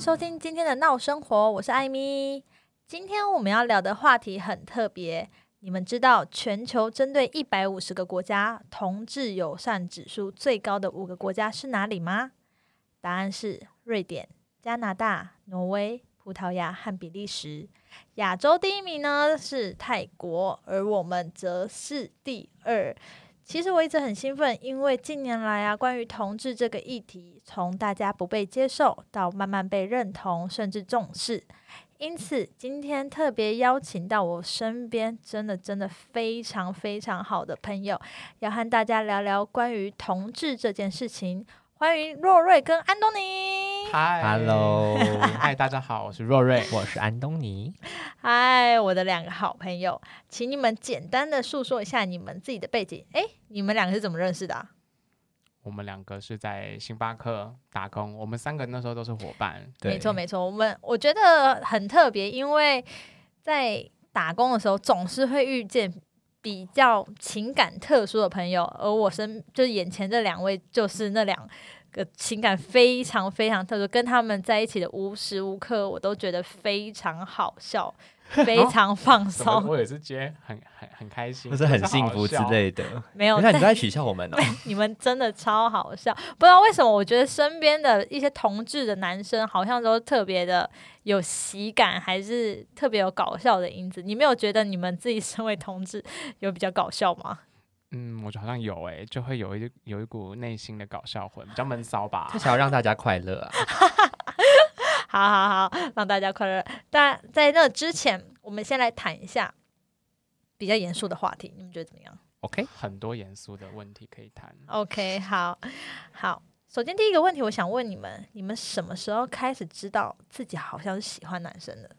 收听今天的闹生活，我是艾米。今天我们要聊的话题很特别，你们知道全球针对一百五十个国家同志友善指数最高的五个国家是哪里吗？答案是瑞典、加拿大、挪威、葡萄牙和比利时。亚洲第一名呢是泰国，而我们则是第二。其实我一直很兴奋，因为近年来啊，关于同志这个议题，从大家不被接受到慢慢被认同，甚至重视。因此，今天特别邀请到我身边真的真的非常非常好的朋友，要和大家聊聊关于同志这件事情。欢迎若瑞跟安东尼。嗨 Hello，嗨，大家好，我是若瑞。我是安东尼。嗨，我的两个好朋友，请你们简单的诉说一下你们自己的背景。诶，你们两个是怎么认识的、啊？我们两个是在星巴克打工，我们三个那时候都是伙 伴。对没错没错，我们我觉得很特别，因为在打工的时候总是会遇见比较情感特殊的朋友，而我身就是眼前这两位就是那两个情感非常非常特殊，跟他们在一起的无时无刻我都觉得非常好 笑，哦非常放怎么松，我也是觉得很很很开心，或是很幸福之的。类的。没有你看你但都在取笑我们哦。你们真的超好笑，不知道为什么，我觉得身边的一些同志的男生好像都特别的有喜感，还是特别有搞笑的因子。你没有觉得你们自己身为同志有比较搞笑吗？ 嗯，我觉得好像有诶、就会有一有一股内心的搞笑魂，比较闷骚吧 他。想要让大家快乐啊。好好好，让大家快乐。但在那之前，我们先来谈一下比较严肃的话题，你们觉得怎么样 OK，很多严肃的问题可以谈。 ？OK，好好。首先第一个问题，我想问你们，你们什么时候开始知道自己好像是喜欢男生的？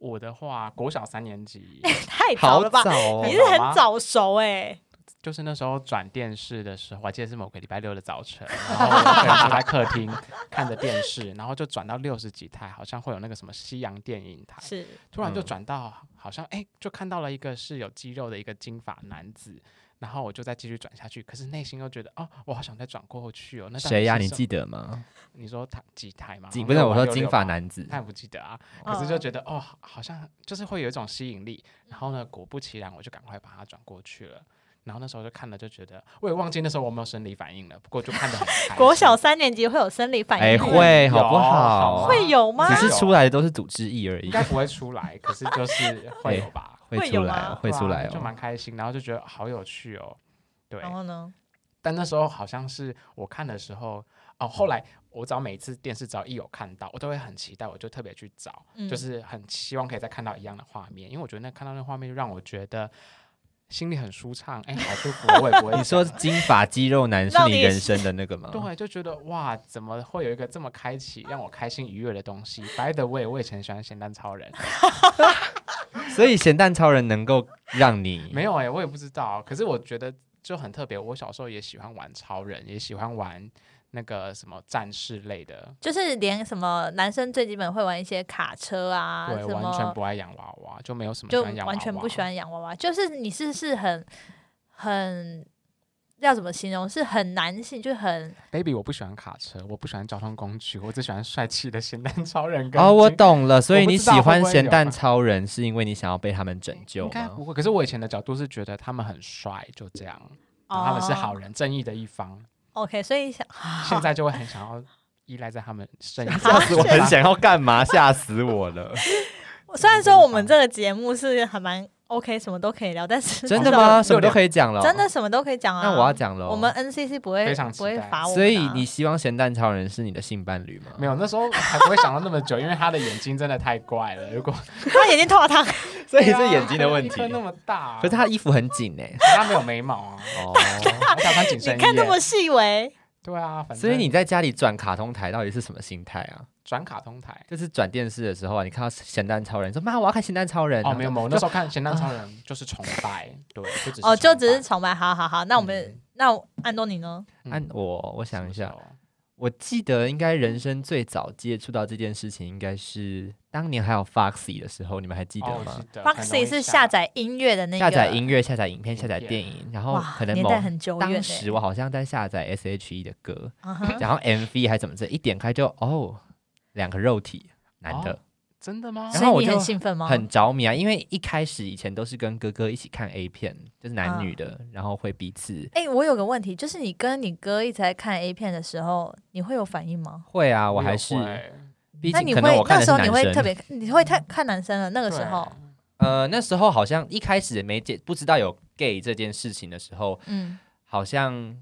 我的话，国小三年 级太早好了吧？早哦你哎。是 好很吗早熟哎、就是那时候转电视的时候，我还记得是某个礼拜六的早晨，然后我可能坐在客厅看着电视，然后就转到六十几台，好像会有那个什么西洋电影台，是突然就嗯转到好像哎、就看到了一个是有肌肉的一个金发男子，然后我就再继续转下去，可是内心又觉得哦，我好想再转过去哦。那到底谁呀？是你什记得吗？你说他几台吗？金好不是像我六说吧金发，男子他也不记得啊。可是就觉得哦，好像就是会有一种吸引力。然后呢，果不其然，我就赶快把它转过去了。然后那时候就看了，就觉得我也忘记那时候我有没有生理反应了，不过就看得很开心。国小 三年级会有生理反应，哎会好不好？有会有吗只？是有出来的都是组织意而应已，该不会出来，可是就是会有吧。会会有出来吗哦，哎会对啊出来就哦。蛮开心，然后就觉得好有趣哦。对，然后呢？但那时候好像是我看的时候，哦，后来我只要每次电视只要一有看到，我都会很期待，我就特别去找，嗯就是很希望可以再看到一样的画面，因为我觉得那看到那画面就让我觉得心里很舒畅，哎，好舒服，我也不会 你说想金发肌肉男是让你你人生的那个吗？对，就觉得哇，怎么会有一个这么开启让我开心愉悦的东西？By the way，我以前很喜欢咸蛋超人，所以咸蛋超人能够让你没有哎、我也不知道。可是我觉得就很特别。我小时候也喜欢玩超人，也喜欢玩那个什么战士类的。就是连什么男生最基本会玩一些卡车啊，对，什完全么不爱养娃娃，就没有什么喜就欢养娃娃。完全不喜。欢洋娃娃。就是你是是很很要怎么形容？是很男性，就很 Baby，我不喜欢卡车，我不喜欢交通工具，我只喜欢帅气的咸蛋超人跟。哦，我。懂了。所以我不你知喜道会欢不会咸有蛋吧超人，是因为你想要被他们拯救应该吗？不会，可是我以前的角度是觉得他们很帅，就这样，然后他们是好人、正义的一方。哦 OK。所以想现在就会很想要依赖在他们 身上。啊吓死我！很想要干嘛？吓死我了！虽然说我们这个节目是还蛮 OK，什么都可以聊，但是真的至吗？少什么都可以讲 了？真的？什么都可以讲啊。那我要讲了。我们 NCC 不会非常期不会待罚我们的啊、所以你希望咸蛋超人是你的性伴侣吗？没有，那时候还不会想到那么久，因为他的眼睛真的太怪了。 如果 他眼睛透了汤，所以啊是眼睛的问一题。颗那么大，可是他衣服很紧哎。他没有眉毛啊，哦，我想穿紧身你衣。看那么细微，对啊，反正所以你在家里转卡通台到底是什么心态啊？转卡通台就是转电视的时候啊，你看到咸蛋超人，你说妈，我要看咸蛋超人。哦，没有没有，我那就哦时候看《咸蛋超人》就是崇拜，对，就只是哦，就只是崇崇拜，好好好，那我们、嗯那我安东尼呢？拜嗯按嗯我我什想么一时下，候我记得应该人生最早接触到这件事情，应该是当年还有 Foxy 的时候，你们还记得哦我吗？记得 f o x y 是下，载音乐的那个，下载音乐、下载影片、影下载片电影，然后哇，可能年某代很久远欸、当时我好像在下载 S H E 的歌，嗯哼然后 MV 还怎么着，一点开就哦，两个肉体男哦的，真的吗？ 然所后以我你就很兴奋吗？很着迷啊。因为一开始以前都是跟哥哥一起看 A 片，就是男嗯女的，然后会彼此哎、我有个问题，就是你跟你哥一起在看 A 片的时候，你会有反应吗？会啊，我也还是会毕那竟你可能会我看那的时是候你男会特生，别你会看看男生了那个时候，呃，那时候好像一开始没解不知道有 gay 这件事情的时候，嗯，好像。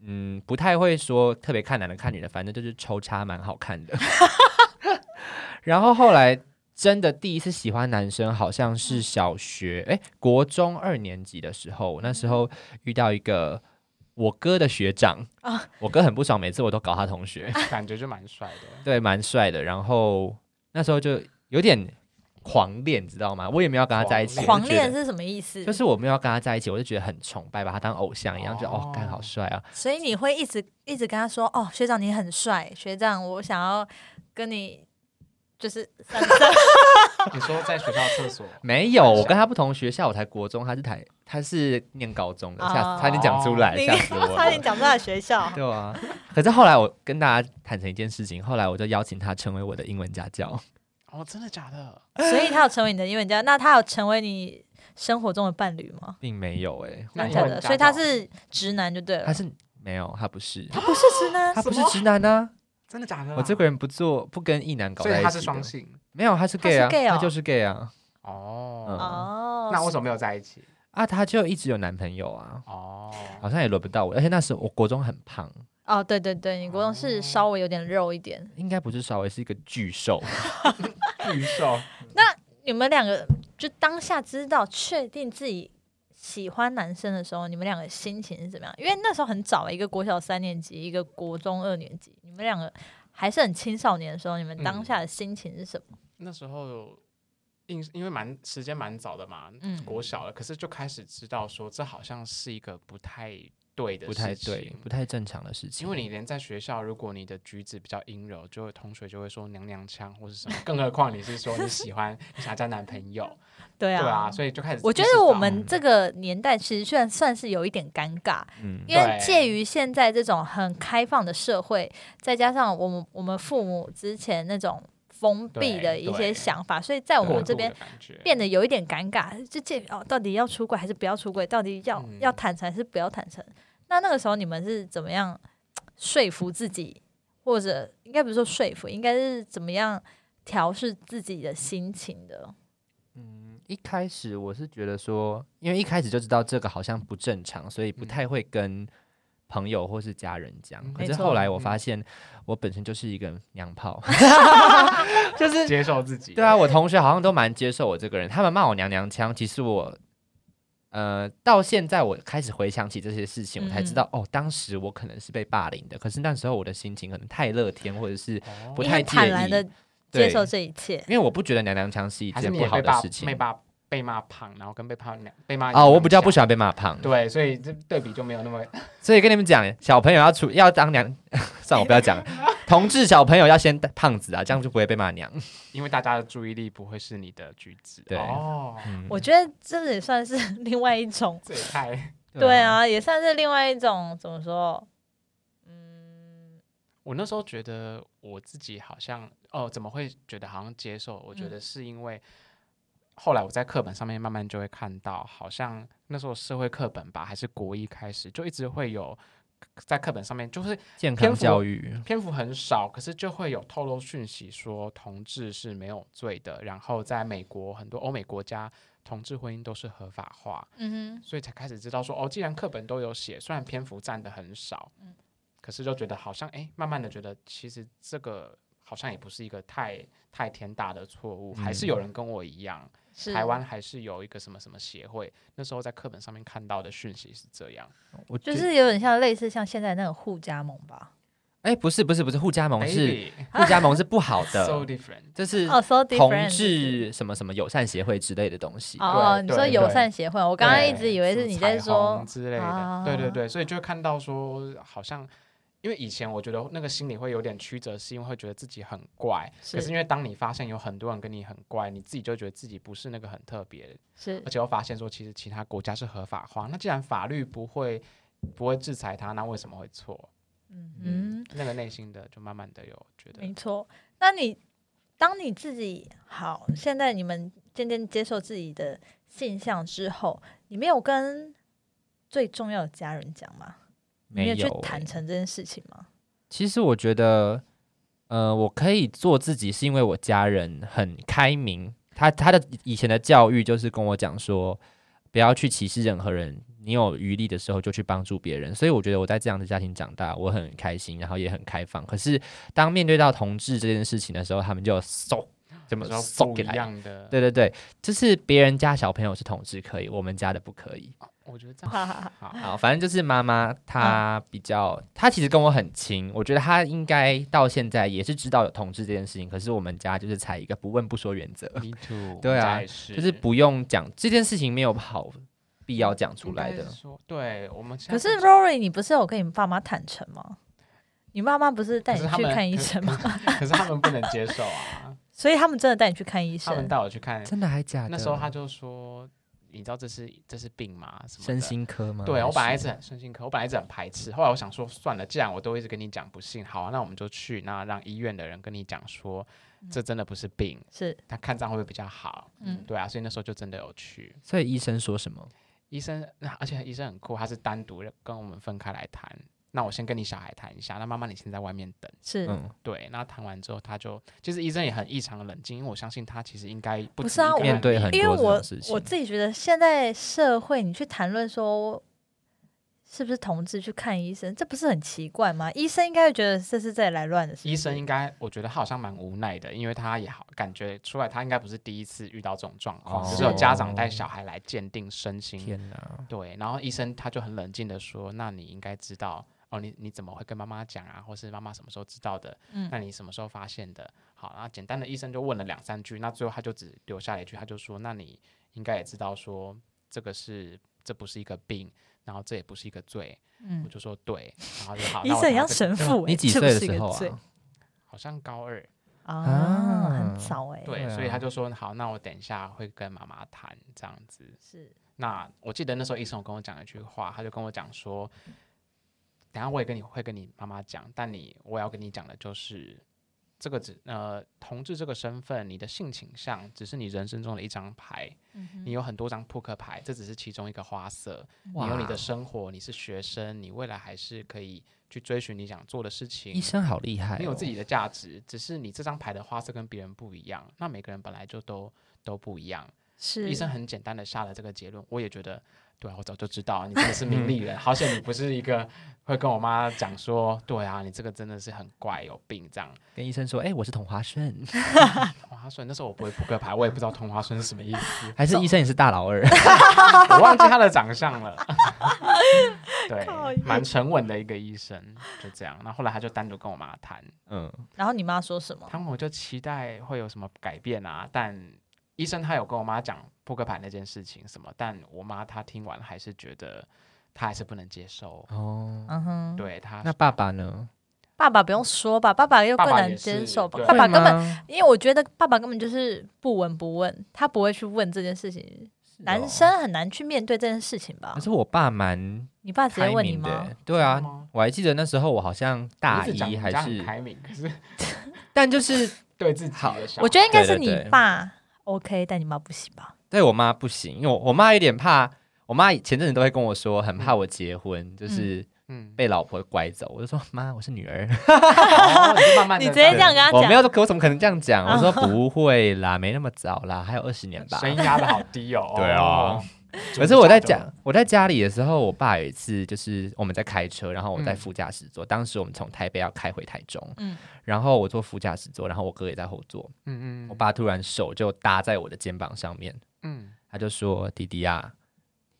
嗯，不太会说特别看男的看女的，反正就是抽插蛮好看的。 然后后来真的第一次喜欢男生，好像嗯是小学哎、国中二年级的时候，我那时候遇到一个我哥的学长嗯啊我哥很不爽，每次我都搞他同学，对，感觉就蛮帅 的。对，蛮帅的。然后那时候就有点狂恋，你知道吗？我也没有跟他在一起，狂嗯我就觉恋得。是什么意思？就是我没有跟他在一起，我就觉得很崇拜，把他当偶像一样，就哦哦，干好帅啊！所以你会一直一直跟他说：“哦，学长你很帅，学长我想要跟你就是三三你说在学校厕所，没有，我跟他不同学校，我才国中，他是台，他是念高中的，吓哦死，差点讲出来，你吓死我差点 了。讲出来学校。对啊，可是后来我跟大家坦诚一件事情，后来我就邀请他成为我的英文家教，哦，真的假的？”所以他有成为你的英文家，那他有成为你生活中的伴侣吗？并没有哎、那你假有的，所以他是直男就对了啊他。是没有，他不是，他不是直男他不是什么直男啊，真的假的啊？我这个人不做不跟异男搞所在以一起，他是双，性没有，他是 gay 他啊，是 gay 哦他就是 gay 啊，嗯哦。哦，那为什么没有在一起？啊，他就一直有男朋友啊，哦，好像也轮不到我，而且那时候我国中很胖，哦，对对对，你国中是稍微有点肉一点。应该不是稍微是一个巨瘦，巨兽你们两个就当下知道确定自己喜欢男生的时候，你们两个心情是怎么样？因为那时候很早，一个国小三年级，一个国中二年级，你们两个还是很青少年的时候，你们嗯当下的心情是什么？ 那时候。因因为蛮时间蛮早的嘛，嗯国小了，可是就开始知道说这好像是一个不太对的不太事情对，不太正常的事情，因为你连在学校，如果你的举止比较阴柔，就会同学就会说娘娘腔或是什么，更何况你是说你喜欢你想交男朋友，对对啊，啊，所以就开始我觉意识得到我们这个年代其实虽然算是有一点尴尬，嗯，因为对介于现在这种很开放的社会，再加上我们我们父母之前那种封闭对的一些对啊想法，所以在我过们度这边的感觉变得有一点尴尬，就介于哦，到底要出轨还是不要出轨？到底要、嗯要坦诚还是不要坦诚？那那个时候你们是怎么样说服自己，或者应该不是说说服，应该是怎么样调试自己的心情的？嗯，一开始我是觉得说，因为一开始就知道这个好像不正常，所以不嗯太会跟朋友或是家人讲。嗯可没是错后来我嗯发现，我本身就是一个 娘炮，就是接受自己，对啊，我同学好像都蛮接受我这个人，他们骂我娘娘腔，其实我。呃，到现在我开始回想起这些事情，我才知嗯道、哦，当时我可能是被霸凌的。可是那时候我的心情可能太乐天，或者是哦，不你太很介坦然意的接对受这一切。因为我不觉得娘娘腔是一还是件你不也好被的爸事情被爸被骂胖，然后跟被胖娘被骂哦，我比较不喜想欢被骂胖。对，所以这对比就没有那么所以跟你们讲，小朋友要出要当娘， 算了，我不要讲了。同志小朋友要先当胖子啊，这样就不会被骂娘。因为大家的注意力不会是你的举止，对哦，嗯我觉得这也算是 另外一 种，这也太对，啊，也算是另外一种怎么说？嗯，我那时候觉得我自己好像哦，怎么会觉得好像接受？我觉嗯得是因为后来我在课本上面慢慢就会看到，好像那时候社会课本吧，还是国一开始就一直会有在课本上面，就是健篇康幅教育，篇幅很少，可是就会有透露讯息说同志是没有罪的。然后在美国很多欧美国家，同志婚姻都是合法化，嗯所以才开始知道说哦，既然课本都有写，虽然篇幅占的很少，嗯可是就觉得好像哎，慢慢的觉得其实这个好像也不是一个太太天大的错误，还是嗯有人跟我一样，哼，是台湾还是有一个什么什么协会，那时候在课本上面看到的讯息是这样，我觉就得是有点像类似像现在那种互加盟吧。哎，不是不是不是，互加盟是 Maybe 哎 互加盟是不好 so 的， different，这是哦，so different，同志什么什么友善协会之类的东西。哦，对你对说友对善协会，我刚刚对一直以为什是么你彩在说虹之类的，啊对对对，所以就会看到说好像。因为以前我觉得那个心里会有点曲折，是因为会觉得自己很怪，可是是因为当你发现有很多人跟你很怪，你自己就觉得自己不是那个很特别的，是而且又发现说其实其他国家是合法化，那既然法律不会不会制裁他，那为什么会错？嗯嗯，那个内心的就慢慢的有觉得没错。那你当你自己好，现在你们渐渐接受自己的性向之后，你没有跟最重要的家人讲吗？你没有去欸坦诚这件事情吗？其实我觉得，呃，我可以做自己，是因为我家人很开明。他他的以前的教育就是跟我讲说，不要去歧视任何人，你有余力的时候就去帮助别人。所以我觉得我在这样的家庭长大，我很开心，然后也很开放。可是当面对到同志这件事情的时候，他们就嗖，怎么有时候嗖不给一来？样的。对对对，就是别人家小朋友是同志可以，我们家的不可以。我觉 得这样哈哈哈。 好，好，反正就是妈妈嗯她比较，她其实跟我很亲，我觉得她应该到现在也是知道有同志这件事情，可是我们家就是采一个不问不说原则， Me too，我对啊们家也是就是不用讲这件事情没有好必要讲出来应的该是。说，对我们现在可是不 Rory，你不是有跟你爸妈坦诚吗？你爸妈不是带你可是他去们看医生吗？可是他们不能接受啊， 所以他们真的带你去看医他们生。带我去看，真的还假的？那时候他就说，你知道这是这是病吗？什么身的心科吗？对我本来还一直很身心科，我本来一直很排斥。后来我想说，算了，既然我都一直跟你讲不信，好、啊，那我们就去，那让医院的人跟你讲说，这真的不是病，是，他看这样会不会比较好？嗯，对啊，所以那时候就真的有去所以医生说什么？医生，那而且医生很酷，他是单独跟我们分开来谈。那我先跟你小孩谈一下，那妈妈你先在外面等。是，嗯，对，那谈完之后，他就其实医生也很异常的冷静，因为我相信他其实应该不不止是啊一个我面对案例很因为多这我种事情我自己觉得现在社会，你去谈论说是不是同志去看医生，这不是很奇怪吗？医生应该会觉得这是在来乱的事。医生应该，我觉得他好像蛮无奈的，因为他也好感觉出来，他应该不是第一次遇到这种状况，哦就是有家长带小孩来鉴定身心。天哪！对，然后医生他就很冷静的说：“那你应该知道哦，你你怎么会跟妈妈讲啊？或是妈妈什么时候知道的？嗯那你什么时候发现的？”好，然后简单的医生就问了两三句，那最后他就只留下了一句，他就说：“那你应该也知道说这个是这不是一个病，然后这也不是一个罪。”我嗯，就说：“对。”然后就 好。医那我生很像拿哎这个神父、欸，你几这不岁的是一时个候罪啊？好像高二。啊，啊很早哎、对，对所以啊他就说好，那我等一下会跟妈妈谈这样子。是那我记得那时候医生有跟我讲一句话，他就跟我讲说，等一下我也跟你会跟你妈妈讲，但你我要跟你讲的就是这个只呃同志这个身份，你的性倾向只是你人生中的一张牌，你有很多张扑克牌，这只是其中一个花色。你有你的生活，你是学生，你未来还是可以去追寻你想做的事情。医生好厉害、哦，你有自己的价值，只是你这张牌的花色跟别人不一样。那每个人本来就都都不一样。是，医生很简单的下了这个结论，我也觉得，对啊，我早就知道啊你真的是名利人，好险你不是一个会跟我妈讲说，对啊，你这个真的是很怪，有病这样。跟医生说，哎、我是同 花顺，，同花顺那时候我不会扑克牌，我也不知道同花顺是什么意思 还是医生也是大 老二？我忘记他的长相了。 对靠，蛮沉稳的一个医生，就这样。那后来他就单独跟我妈谈，嗯，然后你妈说什么？他们我就期待会有什么改变啊，但医生他有跟我妈讲扑克牌那件事情什么，但我妈她听完还是觉得她还是不能接受，哦，嗯哼，对她那爸爸呢？爸爸不用说吧，爸爸又爸更爸难也接是受吧对，爸爸会根本，吗因为我觉得爸爸根本就是不闻不问，他不会去问这件事情，男哦生很难去面对这件事情吧可？是我爸蛮你爸直接开问你明吗？哦的，对啊是吗，我还记得那时候我好像大你一直讲一你还家很是，开明，可是 但就是对自己好的想我觉得应该对是对你对爸 OK，但你妈不行吧？对我妈不行，因为我我妈有点怕，我妈前阵子都会跟我说，很怕我结婚，就是嗯，被老婆拐走。我就说妈，我是女儿，哦你就慢慢 你地直接 这样对跟他我讲没有，可我怎么可能这样 讲？我说不会啦，没那么早啦，还有二十年吧。，声音压的好低哦 对啊哦，可是我在讲讲，我在家里的时候，我爸有一次就是我们在开车，然后我在嗯副驾驶座，当时我们从台北要开回台中，嗯然后我坐副驾驶座，然后我哥也在后座，嗯嗯，我爸突然手就搭在我的肩膀上面，嗯，他就说：“弟弟啊，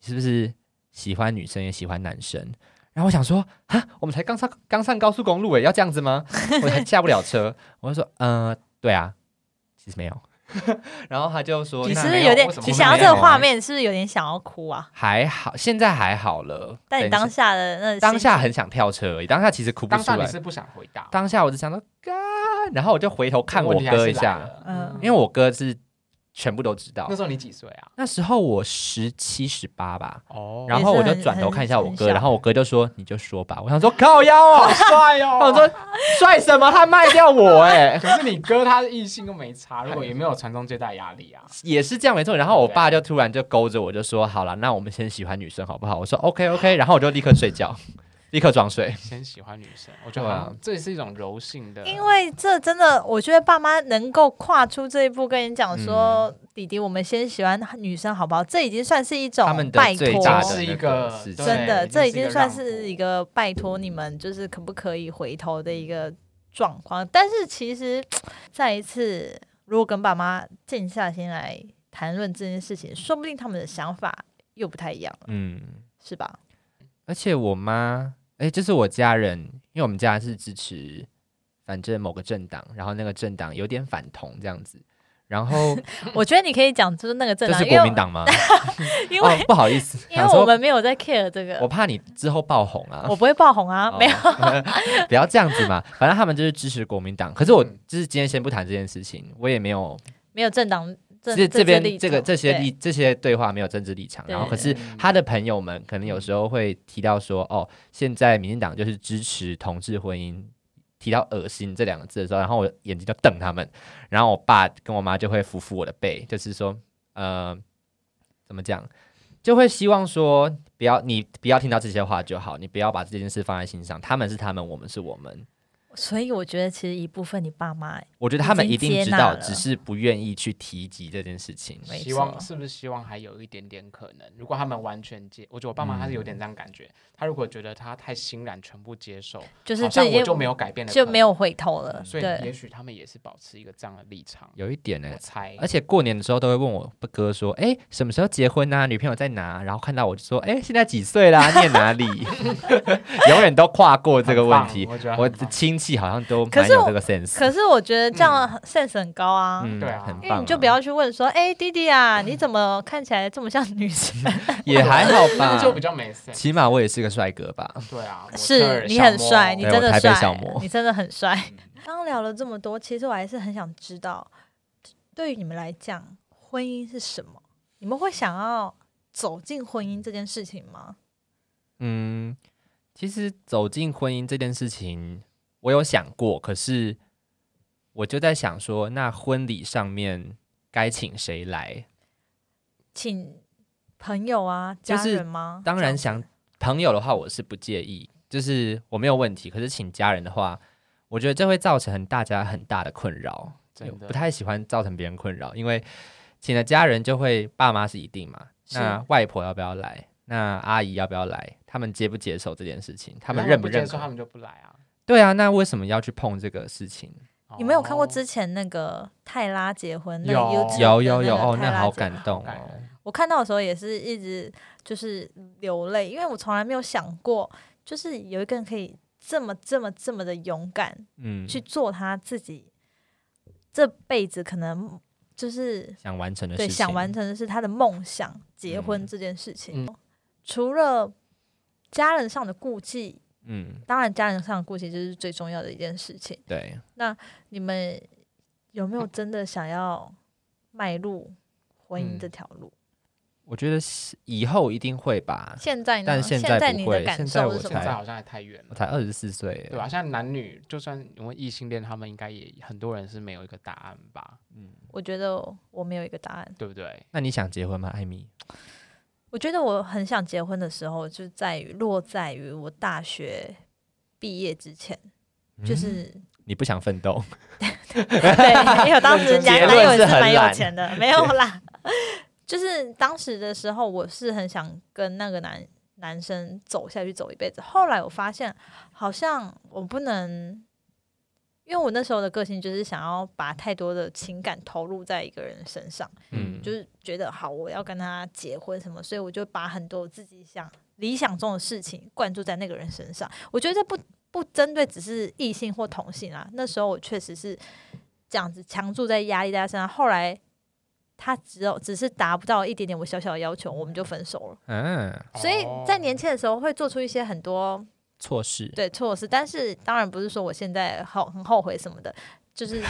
你是不是喜欢女生也喜欢男生？”然后我想说：“啊，我们才刚上刚上高速公路诶，欸要这样子吗？我还下不了车。”我就说：“呃，对啊，其实没有。”然后他就说：“你那是不是没有有点为什？么你会想到没这个有画啊面，是不是有点想要哭啊？还好，现在还好了。但你等一下当下的那当心下情很想跳车而已，当下其实哭不当出下来你。是不想回答，当下我就想说，嘎，然后我就回头看我问题还哥是一来下，了嗯因为我哥是全部都知道那。时候你几岁啊？那时候我十七十八吧，哦，然后我就很转头看一下我很哥，小然后我哥就说：“你就说吧。”我想说靠腰哦，帅哦 我说帅什么？他卖掉我哎、可是你哥他异性都没 差，如果也没有传宗接代压力啊。也是这样没错。然后我爸就突然就勾着我，就说：“好了，那我们先喜欢女生好不好？”我说：“OK OK。”然后我就立刻睡觉， 立刻装睡。先喜欢女生，我觉得对啊好像这也是一种柔性的，因为这真的，我觉得爸妈能够跨出这一步，跟你讲说，嗯弟弟，我们先喜欢女生好不好？这已经算是一种他们的拜最托，大这的是一那个个事情真的，对这已是一经个算让是步一个拜托你们，就是可不可以回头的一个状况。但是其实再一次，如果跟爸妈静下心来谈论这件事情，说不定他们的想法又不太一样了，嗯，是吧？ 而且我妈，哎、就是我家人，因为我们家是支持反正某个政党，然后那个政党有点反同这样子。然后我觉得你可以讲，就是那个政这党，是因国为民党吗？ 因为、哦，不好意思，因想为我说们没有在 care 这个我，怕你之后爆红啊我。不会爆红啊，没有。有， 不要这样子嘛。反正他们就是支持国民党，可是我嗯就是今天先不谈这件事情，我也没有没有政党政这这政治立边场这个这些对立这些对话没有政治立场，然后可是对嗯他的朋友们可能有时候会提到说，哦，现在民进党就是支持同志婚姻，提到恶心这两个字的时候，然后我眼睛就瞪他们，然后我爸跟我妈就会抚抚我的背，就是说，呃，怎么讲，就会希望说不要你不要听到这些话就好，你不要把这件事放在心上，他们是他们，我们是我们。所以我觉得其实一部分你爸妈我觉得他们已经一定接知纳道，了只是不愿意去提及这件事情。没希错望是不是希望还有一点点可能？如果他们完全接，我觉得我爸妈他是有点这样感觉。他如果觉得他太欣然全部接受，就是好这像已我经就没有改变了，就没有。回头了，所以也对，许他们也是保持一个这样的立场。有一点呢、我猜，而且过年的时候都会问我哥说：“哎、什么时候结婚啊？女朋友在哪？”然后看到我就说：“哎、现在几岁啦？念哪里？” 永远都跨过这个问题。很棒我我觉得很的棒亲戚好像都可蛮是有我这个 sense，可是我觉得这样 sense 很高啊。嗯，对啊很因为棒、啊。嗯你就不要去问说，哎、弟弟啊，你怎么看起来这么像女生？ 也还好那 就吧比，较没事。起码我也是个帅哥吧。对啊，模特是儿你小很模帅，你对真我的台北小帅魔，你真的很帅嗯。 刚聊了这么多，其实我还是很想知道，对于你们来讲，婚姻是什么？你们会想要走进婚姻这件事情吗？嗯，其实走进婚姻这件事情，我有想过，可是我就在想说，那婚礼上面该请谁来？请朋友啊、就家是人吗？当然这样想子，朋友的话，我是不介意，就是我没有问题。可是请家人的话，我觉得这会造成大家很大的困扰，真的不太喜欢造成别人困扰，因为请了家人就会爸妈是一定嘛，是那外婆要不要来？那阿姨要不要来？他们接不接受这件事情？他他们认不认接受，他可？们就不来啊。对啊，那为什么要去碰这个事情？你没有看过哦之前那个泰拉结婚？那有个 YouTube 有有的那有个哦，泰那拉好结感婚动感哦。人我看到的时候也是一直就是流泪，因为我从来没有想过，就是有一个人可以这么这么这么的勇敢嗯，去做他自己这辈子可能就是想完成的事对情，想完成的是他的梦想，结婚嗯这件事情。嗯除了家人上的顾忌，嗯，当然家人上的顾忌就是最重要的一件事情。对。你们有没有嗯真的想要迈入婚姻嗯这条路？我觉得是以后一定会吧。现在呢？但现现在你不的会感现在受我是什现么才？在好像还太远我了。才二十四岁，对吧、现在男女就算我们异性恋，他们应该也很多人是没有一个答案吧，我觉得我没有一个答案。对不对？嗯那你想结婚吗，艾米？我觉得我很想结婚的时候，就在于落在于我大学毕业之前，嗯嗯 就是、你不想奋斗，对，因为我当时结男论男友也是是很蛮有懒钱的，没有啦。 就是当时的时候，我是很想跟那个男男生走下去，走一辈子。后来我发现，好像我不能，因为我那时候的个性就是想要把太多的情感投入在一个人身上。嗯，就是觉得好，我要跟他结婚什么，所以我就把很多我自己想理想中的事情灌注在那个人身上。我觉得这不不针对只是异性或同性啊，那时候我确实是这样子强注在压力在他身上，后来他只有只是达不到一点点我小小的要求，我们就分手了。嗯，哦所以在年轻轻的时候会做出一些很多错事，对措施，但是当然不是说我现在后很后悔什么的， 就是你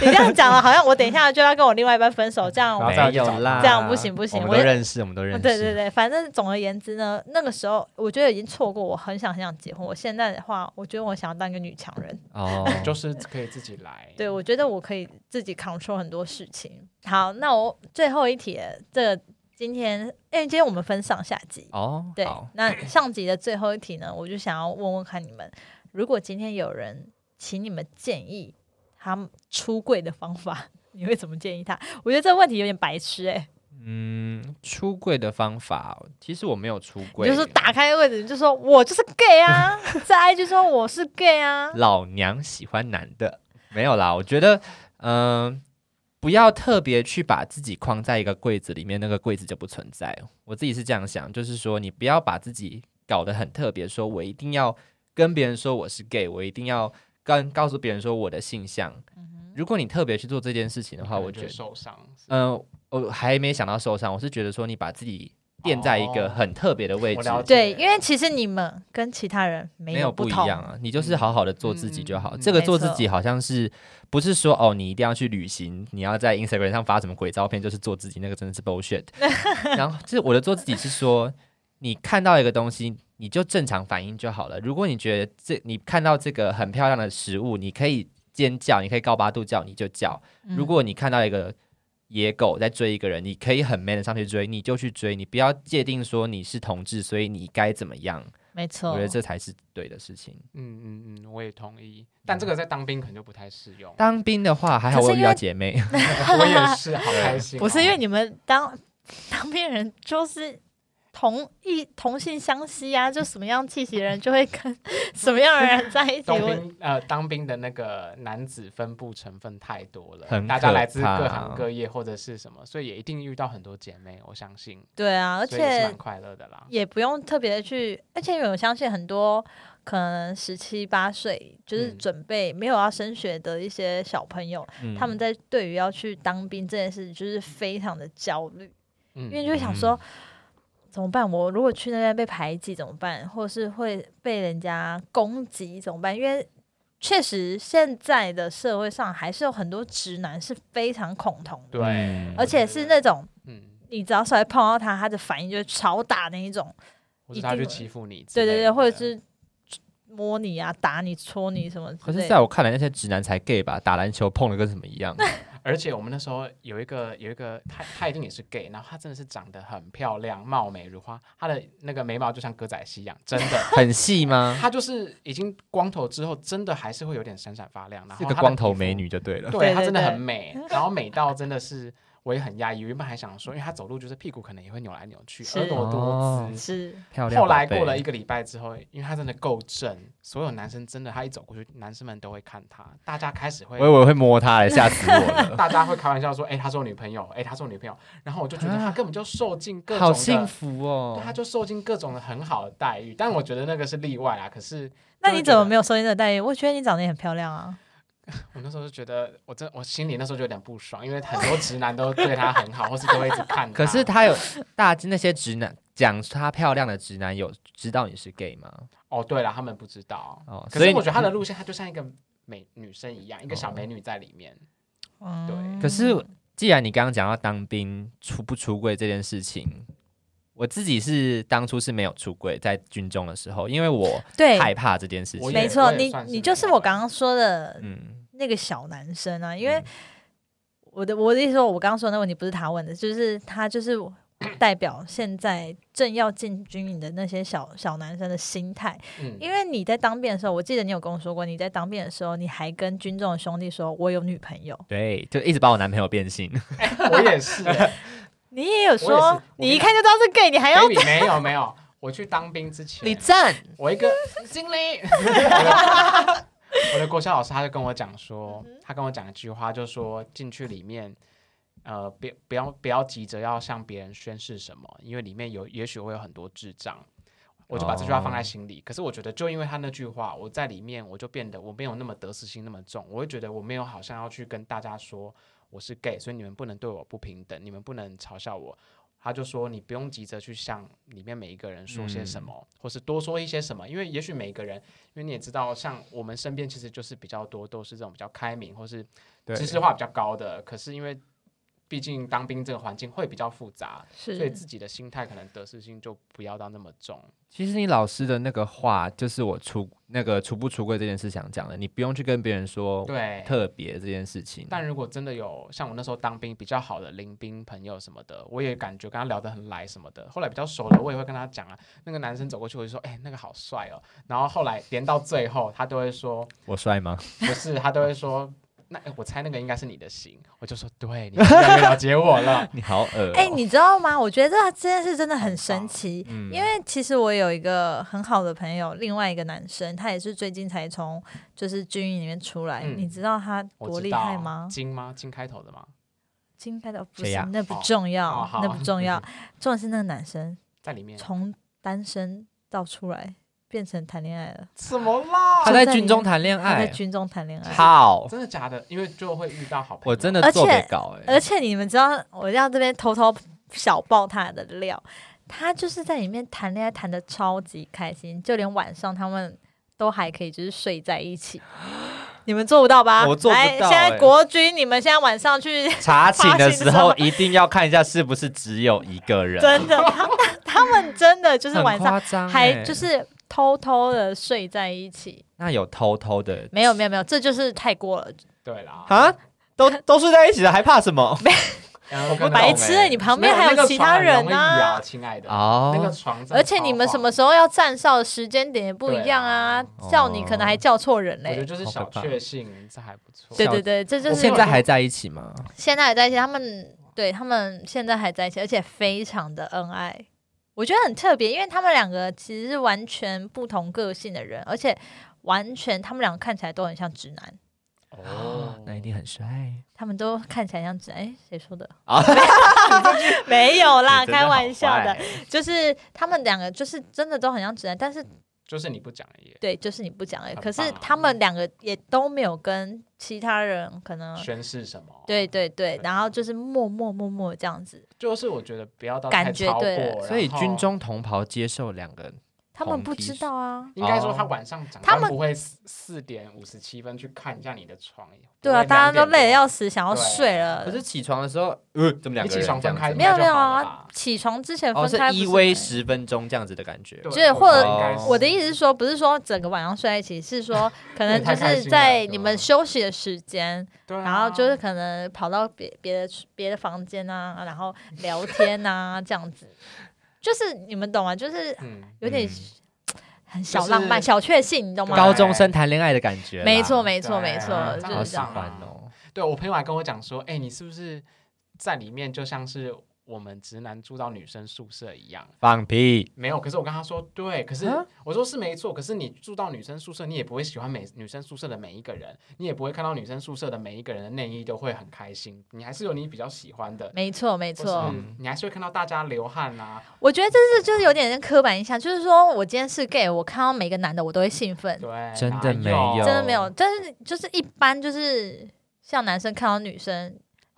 这样讲了，好像我等一下就要跟我另外一半分手，这样然我后再来没就找有啦，这样不行不行我我们都认识，我们都认识。对对对，反正总而言之呢，那个时候我觉得已经错过，我很想很想结婚。我现在的话，我觉得我想要当一个女强人，哦，就是可以自己来。对我觉得我可以自己 control 很多事情。好，那我最后一题，这今天因为今天我们分上下集，哦，对好，那上集的最后一题呢，我就想要问问看你们，如果今天有人请你们建议他们出柜的方法， 你会怎么建议他？我觉得这个问题有点白痴哎、嗯，出柜的方法哦，其实我没有出你柜，就是打开位置你就说我就是 gay 啊，在 IG 说我是 gay 啊，老娘喜欢男的，没有啦。我觉得，嗯、不要特别去把自己框在一个柜子里面，那个柜子就不存在。我自己是这样想，就是说，你不要把自己搞得很特别，说我一定要跟别人说我是 gay，我一定要跟告诉别人说我的性向。如果你特别去做这件事情的话，我嗯觉觉得得，受伤。嗯、我还没想到受伤，我是觉得说你把自己垫在一个哦很特别的位我置，了解对，因为其实你们跟其他人没没有不一同，样啊，你就是好好的做自己就好。嗯嗯嗯这个没做自错己好像是不是说哦，你一定要去旅行，你要在 Instagram 上发什么鬼照片，就是做自己，那个真的是 bullshit。然后，这我的做自己是说，你看到一个东西，你就正常反应就好了。如果你觉得这你看到这个很漂亮的食物，你可以尖叫，你可以高八度叫，你就叫。嗯如果你看到一个野狗在追一个人，你可以很 man 的上去追，你就去追，你不要界定说你是同志，所以你该怎么样。没错，我觉得这才是对的事情。。嗯嗯嗯，我也同意。但这个在当兵可能就不太适用当兵的话，还好可我是有遇因为到 姐妹，我也是， 好开心哦。不是因为你们当 当兵人就是同异同性相吸啊，就什么样气息的人就会跟 什么样的人在一起。当我兵呃，当兵的那个男子分布成分太多了，很大家可来自各怕行各业或者是什么，所以也一定遇到很多姐妹，我相信，对啊，而所以也是且蛮快乐的啦。也不用特别去，而且我相信很多可能十七八岁就是嗯准备没有要升学的一些小朋友，嗯他们在对于要去当兵这件事就是非常的焦虑。嗯，因为就会想说，怎么办？我如果去那边被排挤怎么办？或者是会被人家攻击怎么办？因为确实现在的社会上还是有很多直男是非常恐同的，对，嗯而且是那种嗯，你只要稍微碰到他，他的反应就是超打那一种，或者他一定去会欺负你之对类的，对对，或者是摸你啊、打你、戳你什么之 可类是，的。在我看来，那些直男才 gay 吧，打篮球碰的跟什么一 样。。而且我们那时候有一个有一个，她她一定也是 gay，然后她真的是长得很漂亮，貌美如花，她的那个眉毛就像歌仔戏一样，真的 很细吗？她就是已经光头之后，真的还是会有点闪闪发亮，然后是她个的光头皮肤美女就对了。对对她对真的对 很美，然后美到真的是我也很压抑。原本还想说，因为她走路就是屁股可能也会扭来扭去，是耳朵哦多姿。是，漂亮。后来过了一，个礼拜之后，因为她真的够正，所有男生真的，她一走过去，男生们都会看她，大家开始会我以为会摸他嘞，吓死我了。大家会开玩笑说：“哎、她是我女朋友，哎、她是我女朋友。”然后我就觉得她根本就受尽 各种啊好的，幸福对，啊她哦！就受尽各种的很好的待遇。但我觉得那个是例外啊。可是那就你会怎么觉得没有收进这个待遇？我觉得你长得也很漂亮啊。我那时候就觉得，我真我心里那时候就有点不爽，因为很多直男都对她很好，或是都会一直看她。可是他有大那些直男讲他漂亮的直男有知道你是 gay 吗？哦，对了，他们不知道。哦，可所以是你哦我觉得她的路线，她就像一个美女生一样，一个小美女在里面。嗯，可是既然你刚刚讲到当兵出不出柜这件事情，我自己是当初是没有出柜，在军中的时候，因为我对，害怕这件事我情。也没错，也你算是你没就是有我刚刚说的嗯，那个小男生啊，因为嗯我的我的意思说，我刚刚说的那问题不是他问的，就是他 就是我代表现在正要进军营的那些小小男生的心态。嗯，因为你在当兵的时候，我记得你有跟我说过，你在当兵的时候，你还跟军中的兄弟说我有女朋友，对，就一直把我男朋友变性。我也是、哎你也有我也说是我你跟一你看就知道是 gay，你还要 baby 没有没有，我去当兵之前，站，我一个 经理，我的国小老师他就跟我讲说，他跟我讲一句话，就说进去里面，呃，别不要不要急着要向别人宣誓什么，因为里面有也许会有很多智障。我就把这句话放在心里，可是我觉得就因为他那句话，我在里面我就变得我没有那么得失心那么重，我会觉得我没有好像要去跟大家说我是 gay，所以你们不能对我不平等，你们不能嘲笑我。他就说你不用急着去向里面每一个人说些什嗯么，或是多说一些什么，因为也许每个人，因为你也知道，像我们身边其实就是比较多都是这种比较开明或是对，知识化比较高的，可是因为毕竟当兵这个环境会比较复杂，所以是自己的心态可能得失心就不要到那么重。其实你老师的那个话，就是我出那个出不出柜这件事想讲的，你不用去跟别人说对，特别这件事情。但如果真的有像我那时候当兵比较好的临兵朋友什么的，我也感觉跟他聊得很来什么的。后来比较熟了，我也会跟他讲啊，那个男生走过去我就说，哎、那个好帅哦。然后后来连到最后，他都会说，我帅吗？。不是，他都会说，那、哎我猜那个应该是你的型。我就说，对，你越来越了 解我了你好啊恶、哦哎、你知道吗？我觉得这件事真的很神奇，嗯因为其实我有一个很好的朋友，另外一个男生，他也是最近才从就是军营里面出来。嗯你知道他我多知厉道害吗？金吗？金开头的吗？应该的不谁是呀，那不哦重要，哦好那不重 要，重点是那个男生在里面？从单身到出来变成谈恋爱了，怎么啦他？在在里军面中谈恋他在爱，军中谈恋爱。好，真的假的？因为就会遇到好朋友。我真的而且做给搞哎、而且你们知道，我要这边偷偷小爆他的料，他就是在里面谈恋爱谈的超级开心，就连晚上他们都还可以就是睡在一起。你们做不到吧？我做不来到啊现在欸国军，你们现在晚上去，查寝的发现时的时候候一定要看一下是不是只有一个人，真的，他他们真的就是晚很上夸张、欸，还就是偷偷的睡在一起。那有偷偷的没有没有没有，这就是太过了，对啦，啊， 都都睡在一起了，还怕什么？嗯我不跟懂白那痴、欸你旁边还那有个其床他很容人易啊摇。亲爱的。那个哦，床真的超晃，而且你们什么时候要站哨的时间点也不一样啊对，啊叫你可能还叫错人我觉得嘞。就是好小可怕确幸，这还不哦错。对对对，这就是现在还在一起吗？现在还在一起，他们对他们现在还在一起，而且非常的恩爱。我觉得很特别，因为他们两个其实是完全不同个性的人，而且完全他们两个看起来都很像直男，哦，那一定很帅。他们都看起来像直男。哎，谁说的？ 啊 没有啦，你真的开好玩笑的坏，，就是他们两个就是真的都很像直男，但是就是你不讲也对，就是你不讲而已。很可是棒啊他们两个也都没有跟其他人可能，宣誓什么？嗯对，对对对，然后就是默默默默这样子，就是我觉得不要到感太觉超对过了所以然后军中同袍接受两个人，他们同不梯知是道啊。应该说他哦晚上长他官们不会四四点五十七分去看一下你的床，对啊，大家都累得的要死，想要对啊睡了可。是起床的时候，呃，怎么两你个起人床这分样开子呃没有没有应该就好啊了吧，起床之前哦，分是开不依是偎吗十分钟这样子的感觉对。就是或者应该是我的意思是说，不是说整个晚上睡在一起，是 说可能也就哦太开是心了在对你吧们休息的时间，对啊，然后就是可能跑到别别的别的房间啊，然后聊天啊这样子，就是你们懂吗？就是嗯，有点嗯很小浪漫、就是小确幸，你懂吗？高中生谈恋爱的感觉啦，没错，没错，没对错啊，就这样好是喜这样。欢哦。对我朋友还跟我讲说，哎，你是不是在里面就像是我们直男住到女生宿舍一样？放屁！没有，可是我跟他说，对，可是啊我说是没错，可是你住到女生宿舍，你也不会喜欢每女生宿舍的每一个人，你也不会看到女生宿舍的每一个人的内衣都会很开心，你还是有你比较喜欢的，没错，没或错是，嗯你还是会看到大家流汗啊，我觉得这是就是有点刻板印象，就是说我今天是 gay，我看到每个男的我都会兴奋，对，真的哪没有真的没有，但是就是一般就是像男生看到女生，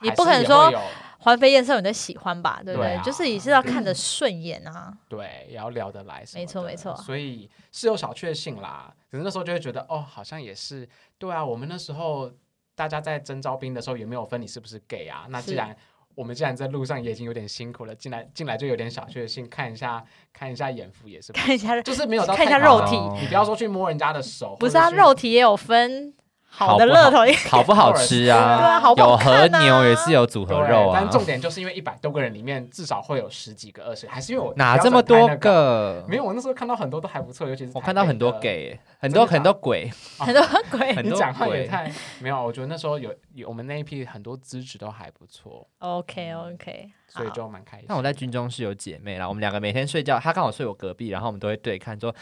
你还不是可能也说会有环肥燕瘦你都喜欢吧，对不对？对啊就是也是要嗯看得顺眼啊， 对，也要聊得来什么的，没错没错所以是有小确幸啦，可是那时候就会觉得，哦，好像也是，对啊，我们那时候大家在征招兵的时候也没有分你是不是 gay 啊，那是既然我们既然在路上也已经有点辛苦了，进来进来就有点小确幸，看一下看一下眼福也是不，看一下就是没有到看一下太肉夸张体哦你不要说去摸人家的手，不或是者啊，去肉体也有分好好的不乐好头，对好不好吃 啊？啊，好不好有看和啊？牛也是有组合对肉啊但，重点就是因为一百多个人里面至少会有十几个、二十，还是因为我哪标这准么太多那个？个？没有，我那时候看到很多都还不错，尤其是我台看到北很多的 gay，很真多的很假多鬼，很多 鬼很你多讲话也鬼太没有，我觉得那时候有有我们那一批很多资质都还不错， ，OK OK，好所以就蛮开心。那我在军中是有姐妹啦，我们两个每天睡觉，她刚好睡我隔壁，然后我们都会对看说，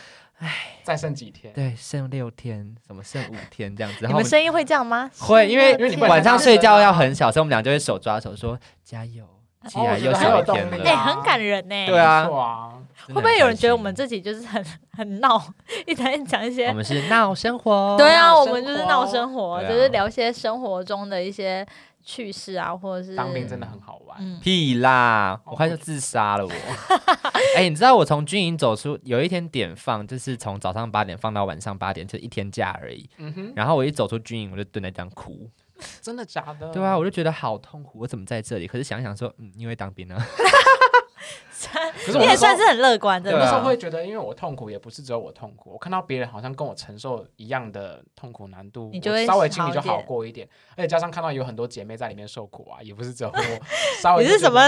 再剩几天，对，剩六天，什么剩五天这样子，然你后我们们声音会这样吗？会因为因为你不能晚上看睡到觉人啊要很小声，我们俩就会手抓手说加油，起来又哦我觉得很少有一天动力哎、了。啊很感人呢、对啊不错啊，会不会有人觉得我们自真的很开心己就是很很闹， 一直在讲一些我们是闹生活？对啊，闹我生们就是活闹生活，对啊就是聊一些生活中的一些趣事啊，或者是当兵真的很好玩。嗯，屁啦！哦我快就自杀了我。哎、你知道我从军营走出，有一天点放，就是从早上八点放到晚上八点，就一天假而已。嗯哼，然后我一走出军营，我就蹲在地上哭。真的假的？对啊，，我就觉得好痛苦，我怎么在这里？可是想想说，嗯，因为当兵啊，可是你我那也时候算是嗯很乐观，真我那的时对候啊会觉得，因为我痛苦也不是只有我痛苦，我看到别人好像跟我承受一样的痛苦难度，你就我会稍微心里好就一点好过一点。而且加上看到有很多姐妹在里面受苦啊，也不是只有我稍微。啊你是什么？？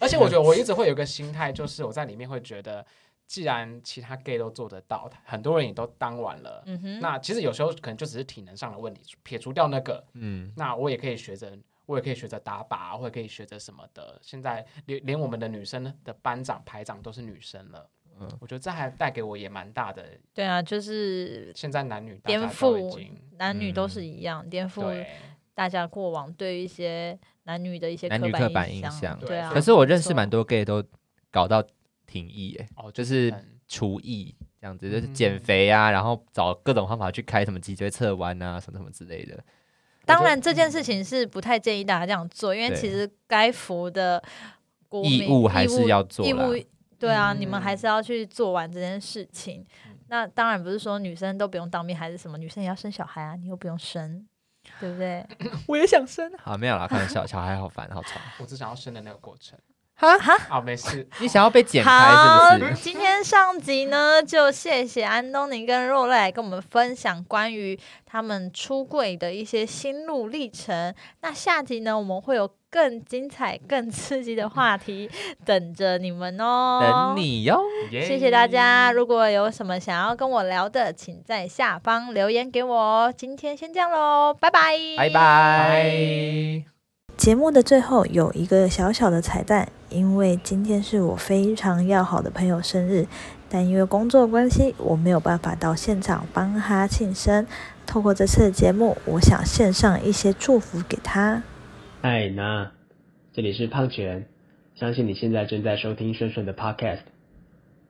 而且我觉得我一直会有一个心态，就是我在里面会觉得，既然其他 gay 都做得到，很多人也都当完了。嗯哼，那其实有时候可能就只是体能上的问题，撇除掉那个，嗯，那我也可以学着，我也可以学着打靶，啊或者可以学着什么的。现在连连我们的女生的班长、排长都是女生了，嗯我觉得这还带给我也蛮大的。对啊，就是现在男女大颠家都已覆经男女都是一样，颠嗯覆对大家过往对于一些男女的一些男女刻板印印象对啊。可是我认识没错蛮多 gay 都搞到停役、哎，哦，就是很厨艺这样子，就是嗯减肥啊，然后找各种方法去开什么脊椎侧弯啊，什么什么之类的。当然这件事情是不太建议大家这样做，因为嗯对其实该服的国民义务还是要做义啦务，对啊，嗯你们还是要去做完这件事情嗯。那当然不是说女生都不用当兵还是什么，女生也要生小孩啊，你又不用生，对不对？ 我也想生，啊好没有啦，开玩笑，小孩好烦，好吵。我只想要生的那个过程哈啊，没事，你想要被剪好开是不，是？今天上集呢，就谢谢安东尼跟若瑞来跟我们分享关于他们出柜的一些心路历程。那下集呢，我们会有更精彩、更刺激的话题等着你们哦。等你哟，谢谢大家。耶如果有什么想要跟我聊的，请在下方留言给我哦。今天先这样喽，拜拜，拜。拜。拜节目的最后有一个小小的彩蛋，因为今天是我非常要好的朋友生日，但因为工作关系，我没有办法到现场帮他庆生。透过这次的节目，我想献上一些祝福给他。嗨，那这里是胖泉，相信你现在正在收听顺顺的 Podcast，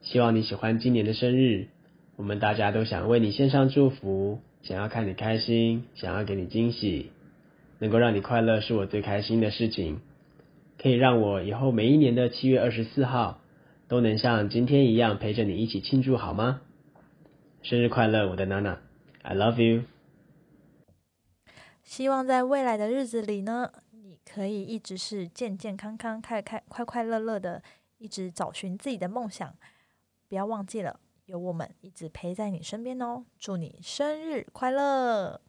希望你喜欢今年的生日，我们大家都想为你献上祝福，想要看你开心，想要给你惊喜，能够让你快乐是我最开心的事情，可以让我以后每一年的七月二十四号都能像今天一样陪着你一起庆祝好吗？生日快乐，我的娜娜，I love you。希望在未来的日子里呢，你可以一直是健健康康、开开快快乐乐的，一直找寻自己的梦想。不要忘记了，有我们一直陪在你身边哦。祝你生日快乐！